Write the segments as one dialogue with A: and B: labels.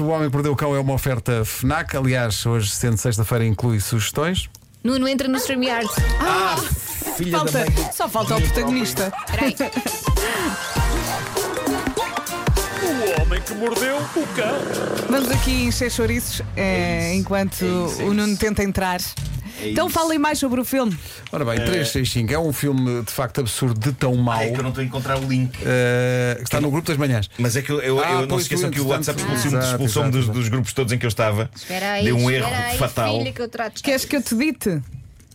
A: O Homem que Perdeu o Cão é uma oferta FNAC. Aliás, hoje, sendo sexta-feira, inclui sugestões.
B: Nuno entra no StreamYard.
C: Ah, filha
D: Falta-
C: da mãe.
D: só falta o protagonista.
B: Peraí.
E: O homem que mordeu o cão.
D: Vamos aqui encher chouriços
C: É
D: eh, enquanto o Nuno tenta entrar. então falem mais sobre o filme.
A: Ora bem, 365 é um filme de facto absurdo de tão mau
C: Ai, É que eu não estou a encontrar o link.
A: eh, que está no grupo das manhãs.
C: Mas é que eu, eu,
A: Ah,
C: eu não
A: pois,
C: se esqueçam
A: tu,
C: que o
A: entretanto,
C: WhatsApp expulsou-me
A: exato,
C: expulsou-me
A: exato,
C: dos,
A: exato.
C: dos grupos todos em que eu estava.
B: Espera aí.
C: Deu um
B: espera
C: erro
B: aí,
C: fatal.
B: Filha, que eu trato.
D: Queres que eu te dite?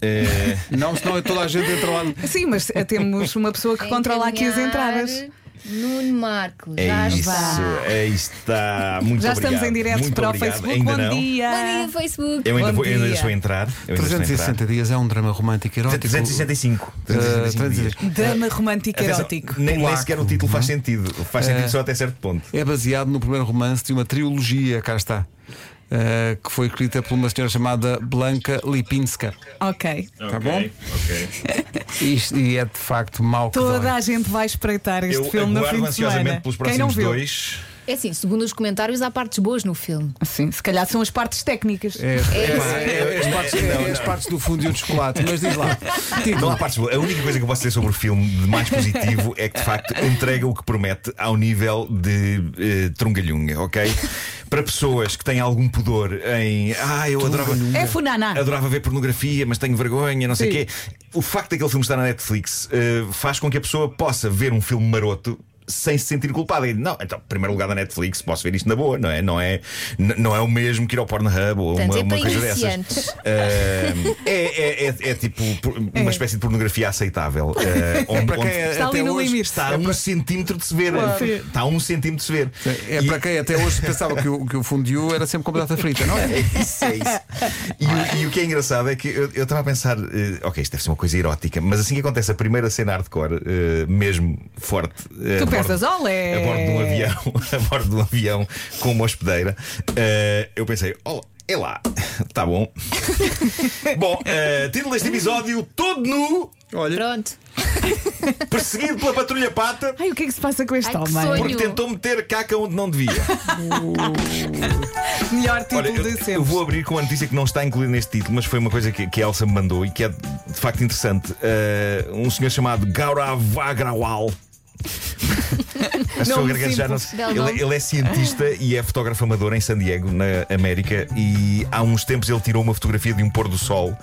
C: Eh,
A: Não, senão toda a gente entra lá. no-
D: Sim, mas eh, temos uma pessoa que controla aqui as
B: Encaminhar
D: entradas.
B: Nuno Marco, já
C: é isso.
B: está.
C: É isto. Está. Muito
D: Já
C: obrigado.
D: estamos em direto
C: muito
D: para
C: obrigado.
D: o Facebook.
C: Ainda
D: Bom
C: não.
D: dia.
B: Bom dia, Facebook.
C: Eu ainda,
D: Bom
C: vou, eu ainda
D: dia.
C: estou a entrar. Eu ainda estou a entrar.
A: 360 dias é um drama romântico erótico.
C: 365.
A: Eh,
C: 365 dias.
A: 365.
D: Drama romântico
C: Atenção,
D: erótico. É.
C: Nem, nem
A: Polaco,
C: sequer o título faz sentido. Faz sentido só até certo ponto.
A: É baseado no primeiro romance de uma trilogia, cá está, eh, que foi escrita por uma senhora chamada Blanca Lipinska.
D: Ok.
A: Tá bom?
C: Ok.
A: E, e é de facto mau que dói.
D: Toda a gente vai espreitar este
C: Eu
D: filme no fim
C: aguardo
D: de semana.
C: ansiosamente pelos
D: Quem não
C: próximos
D: viu?
C: dois.
B: É assim, segundo os comentários, há partes boas no filme.
D: Sim, se calhar são as partes técnicas.
A: É, é- é- é as partes- é-
C: Não,
A: é as
C: não.
A: partes do fundo e o de chocolate. Mas diz lá.
C: Não
A: Título.
C: há partes boas. A única coisa que eu posso dizer sobre o filme de mais positivo é que de facto entrega o que promete ao nível de eh, trungalhunga, ok? Para pessoas que têm algum pudor em ah, eu adorava,
D: É Funaná.
C: adorava ver pornografia, mas tenho vergonha, não sei o
D: Sim.
C: quê. O facto daquele filme estar na Netflix eh, faz com que a pessoa possa ver um filme maroto. Sem se sentir culpada. E, Não, então, primeiro lugar da Netflix, posso ver isto na boa, não é? Não é, n- não é o mesmo que ir ao Pornhub ou
B: Portanto,
C: uma,
B: é
C: uma
B: para
C: coisa dessas.
B: iniciantes.
C: Eh, é, é- é- é tipo por- uma espécie de pornografia aceitável. eh, onde,
A: Para quem
C: onde
A: é-
D: Está
A: até
D: ali no
A: hoje,
D: limite.
C: está a um centímetro de se ver. Está a um centímetro de se ver.
A: É
C: E-
A: para quem até hoje pensava que o, que o fundiu era sempre com batata frita, não é?
C: É isso, é isso. E, o- e o que é engraçado é que eu eu estava a pensar, eh, ok, isto deve ser uma coisa erótica, mas assim que acontece a primeira cena hardcore, eh, mesmo forte, eh, a
D: Tu
C: bordo-
D: pensas,
C: a bordo de um
D: olé.
C: avião, a bordo de um avião com uma hospedeira, eh, eu pensei, oh, é lá, tá bom. bom, eh, título deste episódio: Todo nu,
A: Olha,
B: Pronto.
C: perseguido pela patrulha pata.
D: Ai, o que é que se passa com
B: Ai,
D: este
B: que
D: homem?
B: sonho.
C: Porque tentou meter caca onde não devia.
D: Melhor título
C: Olha, eu,
D: de sempre.
C: eu vou abrir com uma notícia que não está incluída neste título, mas foi uma coisa que, que a Elsa me mandou e que é de facto interessante. Uh, um senhor chamado Gaurav Agrawal. A sua
D: Nome
C: garganta já não
D: simples.
B: Belo nome.
C: ele, ele é cientista e é fotógrafo amador em San Diego, na América. E há uns tempos ele tirou uma fotografia de um pôr do sol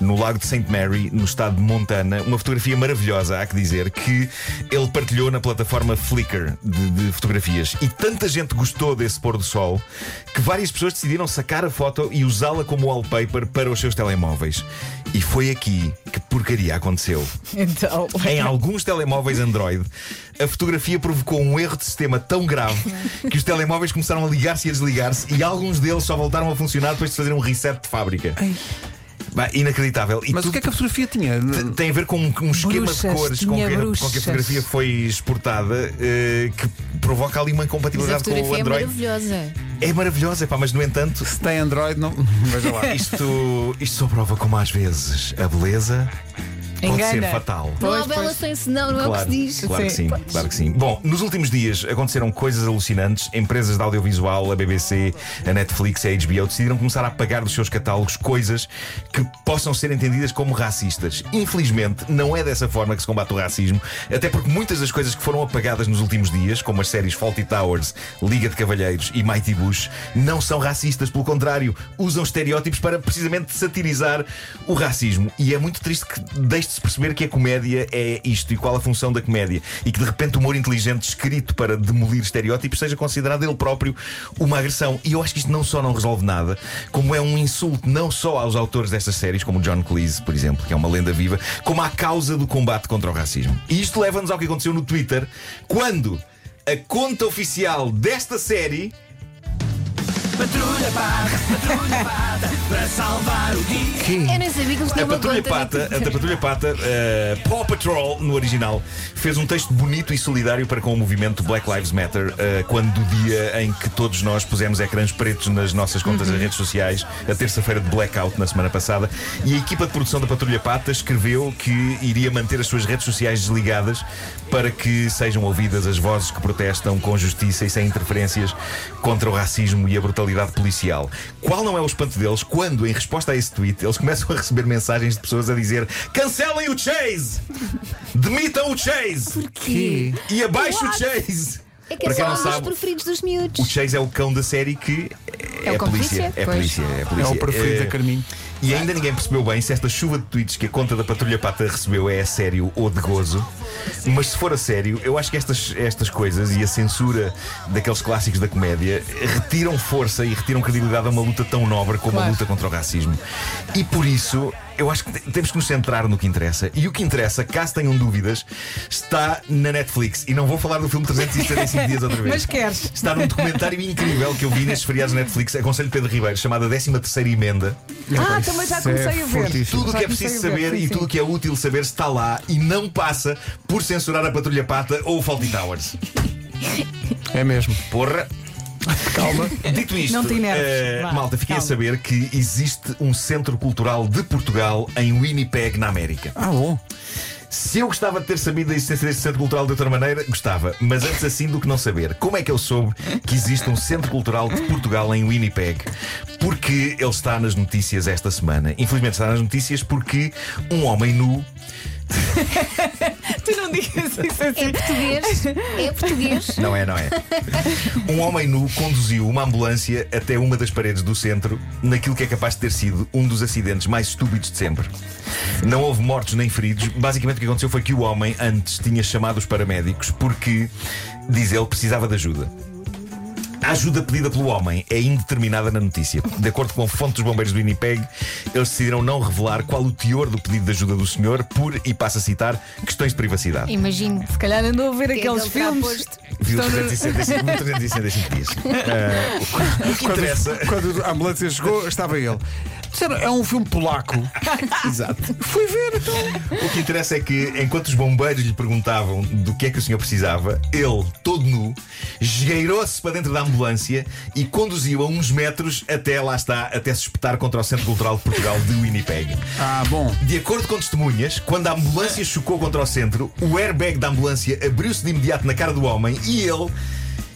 C: no lago de St. Mary, no estado de Montana. Uma fotografia maravilhosa, há que dizer, que ele partilhou na plataforma Flickr de, de fotografias. E tanta gente gostou desse pôr do sol que várias pessoas decidiram sacar a foto e usá-la como wallpaper para os seus telemóveis. E foi aqui que porcaria aconteceu.
D: Então,
C: Em alguns telemóveis Android, a fotografia provocou um erro de sistema tão grave que os telemóveis começaram a ligar-se e a desligar-se e alguns deles só voltaram a funcionar depois de fazer um reset de fábrica. Bah, inacreditável. E
A: mas o
C: tudo
A: que é que a fotografia tinha?
C: te- tem a ver com um, um esquema de
D: Bruxas,
C: cores com
D: tinha
C: que, a- com que a
D: bruxas.
C: fotografia foi exportada eh, que provoca ali uma
B: Mas a
C: incompatibilidade com o
B: fotografia é
C: Android.
B: maravilhosa.
C: é maravilhosa, pá, mas no entanto,
A: Se tem Android, não. Veja lá.
C: isto, isto só prova como às vezes a beleza pode ser
D: Engana.
C: fatal.
B: não há bela sem senão, não é o que se diz.
C: Claro que
D: Sim.
C: sim, claro que sim. Bom, nos últimos dias aconteceram coisas alucinantes. Empresas de audiovisual, a BBC, a Netflix, a HBO decidiram começar a apagar dos seus catálogos coisas que possam ser entendidas como racistas. Infelizmente, não é dessa forma que se combate o racismo, até porque muitas das coisas que foram apagadas nos últimos dias, como as séries Fawlty Towers, Liga de Cavalheiros e Mighty Bush, não são racistas, pelo contrário, usam estereótipos para precisamente satirizar o racismo. E é muito triste que deixe-se perceber que a comédia é isto e qual a função da comédia. E que de repente o humor inteligente escrito para demolir estereótipos seja considerado ele próprio uma agressão. E eu acho que isto não só não resolve nada, como é um insulto não só aos autores destas séries, como John Cleese, por exemplo, que é uma lenda viva, como à causa do combate contra o racismo. E isto leva-nos ao que aconteceu no Twitter, quando a conta oficial desta série
B: Eu nem sabia que eles
C: A
B: tinham é uma
C: é Patrulha
B: conta. na
C: Pata, a
B: Twitter.
C: da Patrulha Pata, eh, Paw Patrol no original, fez um texto bonito e solidário para com o movimento Black Lives Matter, eh, quando do dia em que todos nós pusemos ecrãs pretos nas nossas contas
B: Uhum.
C: das redes sociais, a terça-feira de blackout na semana passada, e a equipa de produção da Patrulha Pata escreveu que iria manter as suas redes sociais desligadas para que sejam ouvidas as vozes que protestam com justiça e sem interferências contra o racismo e a brutalidade policial. Qual não é o espanto deles quando, em resposta a esse tweet, eles começam a receber mensagens de pessoas a dizer: cancelem o Chase! Demitam o Chase!
A: Que?
C: E abaixo o Chase!
B: É que
C: Para quem
B: são
C: não
B: os
C: sabe,
B: preferidos dos
C: o
B: miúdos.
C: Chase é o cão da série que é,
B: É o
C: a
B: cão polícia,
C: polícia. É a
B: pois.
C: polícia, é a
A: É
C: polícia.
A: o preferido
C: É-
A: da Carminho.
C: e ainda ninguém percebeu bem se esta chuva de tweets que a conta da Patrulha Pata recebeu é a sério ou de gozo. Mas se for a sério, eu acho que estas, estas coisas e a censura daqueles clássicos da comédia retiram força e retiram credibilidade a uma luta tão nobre como a
D: Claro.
C: luta contra o racismo. E por isso, eu acho que te- temos que nos centrar no que interessa. E o que interessa, caso tenham dúvidas, está na Netflix. E não vou falar do filme 365 dias outra vez.
D: Mas é? queres? Ah,
C: Está num documentário incrível que eu vi nestes feriados Netflix, aconselho Pedro Ribeiro, chamada 13 terceira emenda.
D: Ah, também já
A: Isso é
D: comecei a ver.
A: fortíssimo.
C: Tudo o
D: Já
C: que é
D: comecei
C: preciso
D: a ver, sim,
C: saber e
D: sim.
C: tudo o que é útil saber está lá e não passa por censurar a Patrulha Pata ou o Faulty Towers.
A: É mesmo.
C: Porra!
A: Calma.
C: Dito isto,
D: Não te enerves.
C: eh,
D: Vá,
C: malta, fiquei
D: calma.
C: a saber que existe um centro cultural de Portugal em Winnipeg, na América.
A: Ah, bom.
C: Se eu gostava de ter sabido da existência deste centro cultural de outra maneira, gostava, mas antes assim do que não saber. Como é que eu soube que existe um centro cultural de Portugal em Winnipeg? Porque ele está nas notícias esta semana. Infelizmente está nas notícias porque um homem nu
D: Tu não digas isso assim.
B: É português. É português.
C: Não é, não é. Um homem nu conduziu uma ambulância até uma das paredes do centro, naquilo que é capaz de ter sido um dos acidentes mais estúpidos de sempre. Não houve mortos nem feridos. Basicamente o que aconteceu foi que o homem antes tinha chamado os paramédicos porque, diz ele, precisava de ajuda. A ajuda pedida pelo homem é indeterminada na notícia. De acordo com a fonte dos bombeiros do Winnipeg, eles decidiram não revelar qual o teor do pedido de ajuda do senhor por, e passo a citar, questões de privacidade.
B: É, Imagino.
D: Se calhar andou a ver
B: que
D: aqueles
B: ele terá
D: filmes.
B: posto.
C: Viu
D: Estão no-
C: 365, 365 dias. Ah, o- o que
A: Quando,
C: interessa.
A: quando a ambulância chegou, estava ele. Disseram, é um filme polaco.
C: Exato.
A: Fui ver, então.
C: O que interessa é que, enquanto os bombeiros lhe perguntavam do que é que o senhor precisava, ele, todo nu, esgueirou-se para dentro da ambulância e conduziu a uns metros até, lá está, até se espetar contra o Centro Cultural de Portugal de Winnipeg.
A: Ah, bom.
C: De acordo com testemunhas, quando a ambulância chocou contra o centro, o airbag da ambulância abriu-se de imediato na cara do homem e ele,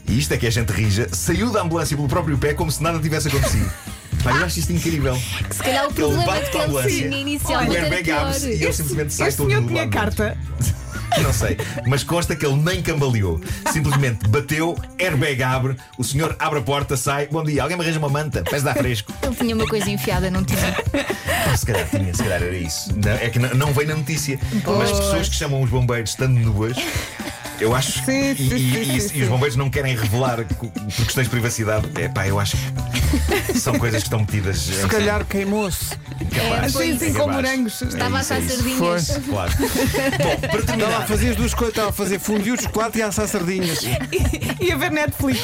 C: e isto é que a gente rija, saiu da ambulância pelo próprio pé como se nada tivesse acontecido. Pá, eu acho isto incrível.
B: Se calhar o problema é que
C: bate para a
B: ele
C: ambulância,
B: tinha
C: o
B: inicialmente era
C: airbag
B: pior.
C: abre-se e ele simplesmente sai
D: Este
C: todo
D: senhor
C: do
D: tinha
C: lado dele.
D: carta.
C: Não sei, mas consta que ele nem cambaleou. Simplesmente bateu, airbag abre, o senhor abre a porta, sai. Bom dia, alguém me arranja uma manta, pés dar fresco.
B: Ele tinha uma coisa enfiada, tipo não tinha.
C: Pá, Se calhar tinha, se calhar era isso. Não, é que não, não vem na notícia. Mas as pessoas que chamam os bombeiros estando nuas. Eu acho que.
D: Sim,
C: E,
D: sim,
C: e-
D: sim,
C: e-
D: sim,
C: e os bombeiros não querem revelar co- por questões de privacidade. É pá, eu acho que são coisas que estão metidas.
A: Se calhar queimou-se.
B: É, foi
D: Sim, sim,
B: isso.
D: com morangos.
C: É
B: Estava a assar
A: Foi.
B: sardinhas.
C: Claro. Bom, para
A: Estava a
C: terminar.
A: fazer as duas coisas. Estava a fazer fundir o chocolate e assar sardinhas.
D: E a ver Netflix.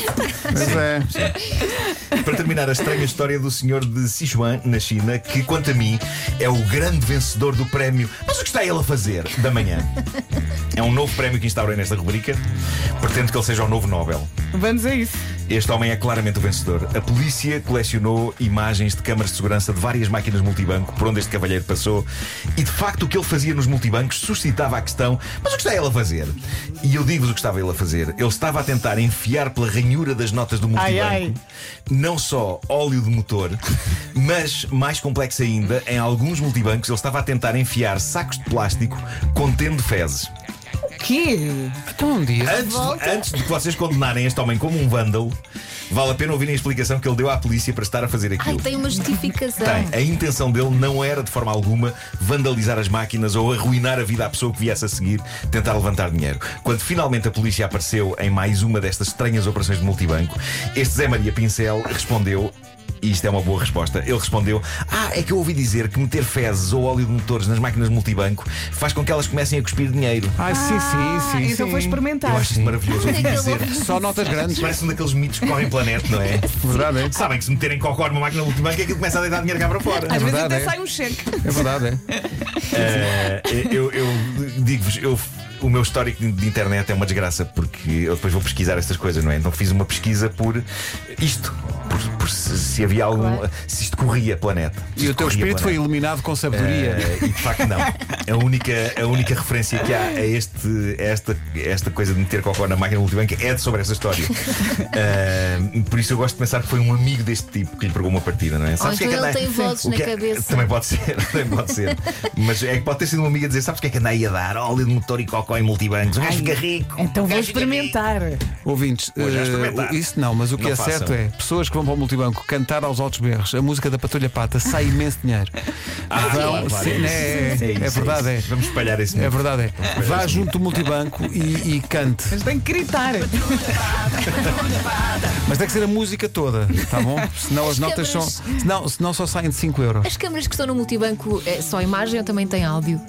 A: Mas é.
C: Para terminar, a estranha história do senhor de Sichuan, na China, que, quanto a mim, é o grande vencedor do prémio. Mas o que está ele a fazer da manhã? É um novo prémio que instaurei nesta rubrica. Pretendo que ele seja o novo Nobel.
D: Vamos a isso.
C: Este homem é claramente o vencedor. A polícia colecionou imagens de câmaras de segurança de várias máquinas multibanco por onde este cavalheiro passou e de facto o que ele fazia nos multibancos suscitava a questão: mas o que está ele a fazer? E eu digo-vos o que estava ele a fazer. Ele estava a tentar enfiar pela ranhura das notas do multibanco
D: Ai, ai.
C: não só óleo de motor, mas mais complexo ainda, em alguns multibancos ele estava a tentar enfiar sacos de plástico contendo fezes.
D: Que?
A: Então um dia.
C: Antes, de- antes de que vocês condenarem este homem como um vândalo, vale a pena ouvirem a explicação que ele deu à polícia para estar a fazer
B: Ai,
C: aquilo.
B: tem uma justificação.
C: Tem. A intenção dele não era de forma alguma vandalizar as máquinas ou arruinar a vida à pessoa que viesse a seguir tentar levantar dinheiro. Quando finalmente a polícia apareceu em mais uma destas estranhas operações de multibanco, este Zé Maria Pincel respondeu. E isto é uma boa resposta. Ele respondeu: Ah, é que eu ouvi dizer que meter fezes ou óleo de motores nas máquinas de multibanco faz com que elas comecem a cuspir dinheiro.
A: Ai, sim, Sim, sim,
D: Então
A: sim.
D: foi
C: Eu
D: experimentar.
C: acho isso maravilhoso. Eu
B: Aquele
C: dizer,
B: ovo.
A: Só notas grandes.
C: parece um daqueles mitos que correm planeta, não é?
A: Verdade, é.
C: Sabem que se meterem cocó numa máquina multibanco, é aquilo começa a deitar dinheiro cá para fora.
D: Às vezes
A: verdade,
D: até
A: é.
D: sai um cheque.
A: É verdade, é.
C: Eh, eu eu digo-vos, eu- o meu histórico de- de internet é uma desgraça, porque eu depois vou pesquisar estas coisas, não é? Então fiz uma pesquisa por isto, por, por se, se havia algum. se isto corria planeta. Se
A: E o
C: isto
A: teu
C: corria
A: espírito foi
C: planeta.
A: iluminado com sabedoria.
C: Eh, e de facto não. A única, a única referência que há a, este, a esta, a esta coisa de meter cocó na máquina multibanco é de- sobre essa história. Eh, por isso eu gosto de pensar que foi um amigo deste tipo que lhe pegou uma partida, não é?
B: Ou
C: Sabes
B: então
C: que é que
B: ele
C: anda-
B: tem vozes
C: o
B: na
C: que é-
B: cabeça.
C: Também pode ser, também pode ser. Mas é que pode ter sido uma amiga a dizer: sabes o que é que anda aí a dar? Óleo de motor e cocó em multibancos. O gajo fica rico.
D: Então
C: o
D: vou
C: gajo fica rico."
D: experimentar.
A: Ouvintes,
C: Hoje é
A: eh,
C: experimentar.
A: isso não, mas o que
C: Não
A: é
C: façam.
A: certo é pessoas que vão para o multibanco cantar aos altos berros a música da Patrulha Pata sai imenso dinheiro.
C: Ah, claro, claro,
A: sim,
C: é
A: é,
C: isso.
A: é,
C: É isso,
A: é verdade,
C: é
A: é.
C: isso. Vamos espalhar esse
A: É
C: mito.
A: verdade, é. Vá junto do multibanco e, e cante.
D: Mas tem que gritar.
A: Mas tem que ser a música toda, tá bom? Senão as notas são. Senão, senão só saem de 5 euros.
B: As câmaras que estão no multibanco é só imagem ou também tem áudio?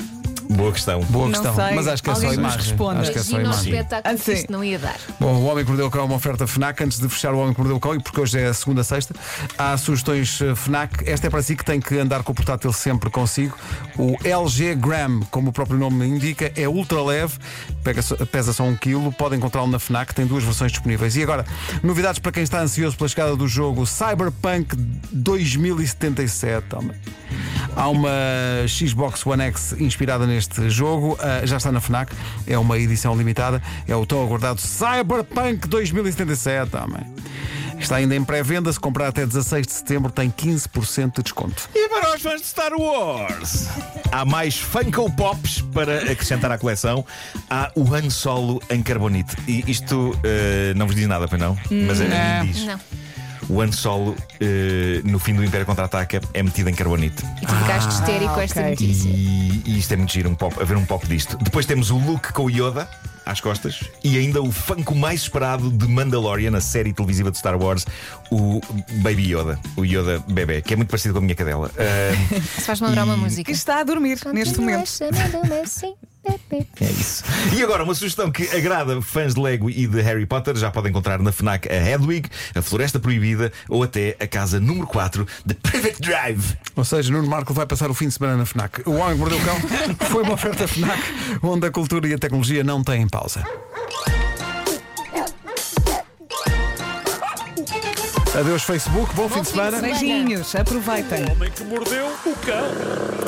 C: Boa questão.
A: Boa
D: Não
A: questão.
D: sei.
A: Mas acho que é
D: Alguém
A: só
D: nos
A: imagem.
D: responda.
A: Acho que é só
B: Imagina o
A: imagem.
B: espetáculo que
D: Sim.
B: isto não ia dar.
A: Bom, o Homem que Mordeu o Cão é uma oferta FNAC. Antes de fechar o Homem que Mordeu o Cão, e porque hoje é a segunda sexta, há sugestões eh, FNAC. Esta é para si que tem que andar com o portátil sempre consigo. O LG Gram, como o próprio nome indica, é ultra leve, pega só- pesa só um quilo, pode encontrá-lo na FNAC, tem duas versões disponíveis. E agora, novidades para quem está ansioso pela chegada do jogo Cyberpunk 2077. homem. Há uma Xbox One X inspirada neste jogo, ah, já está na FNAC, é uma edição limitada, é o tão aguardado Cyberpunk 2077, homem. Está ainda em pré-venda, se comprar até 16 de setembro tem 15% de desconto.
C: E para os fãs de Star Wars, há mais Funko Pops para acrescentar à coleção. Há o Han Solo em carbonite. E isto eh, não vos diz nada, pois não? Mas a mim diz.
B: Hum, Não.
C: O Han Solo, eh, no fim do Império Contra-Ataca, é metido em carbonite.
B: E tu ficaste histérico com esta
D: ok.
B: notícia.
C: E, e isto é muito giro, um pop, haver um pop disto. Depois temos o Luke com o Yoda às costas e ainda o funko mais esperado de Mandalorian, na série televisiva de Star Wars, o Baby Yoda, o Yoda bebê, que é muito parecido com a minha cadela. Ah,
B: Se faz-me lembrar uma
C: E-
D: Que
B: música.
D: está a dormir neste momento.
C: é isso. E agora, uma sugestão que agrada fãs de Lego e de Harry Potter, já podem encontrar na FNAC a Hedwig, a Floresta Proibida ou até a casa número 4 de Private Drive.
A: Ou seja, Nuno Marco vai passar o fim de semana na FNAC. O Homem que Mordeu o Cão foi uma oferta FNAC onde a cultura e a tecnologia não têm pausa. Adeus Facebook, bom fim de semana.
D: Beijinhos, aproveitem.
E: O homem que mordeu o cão.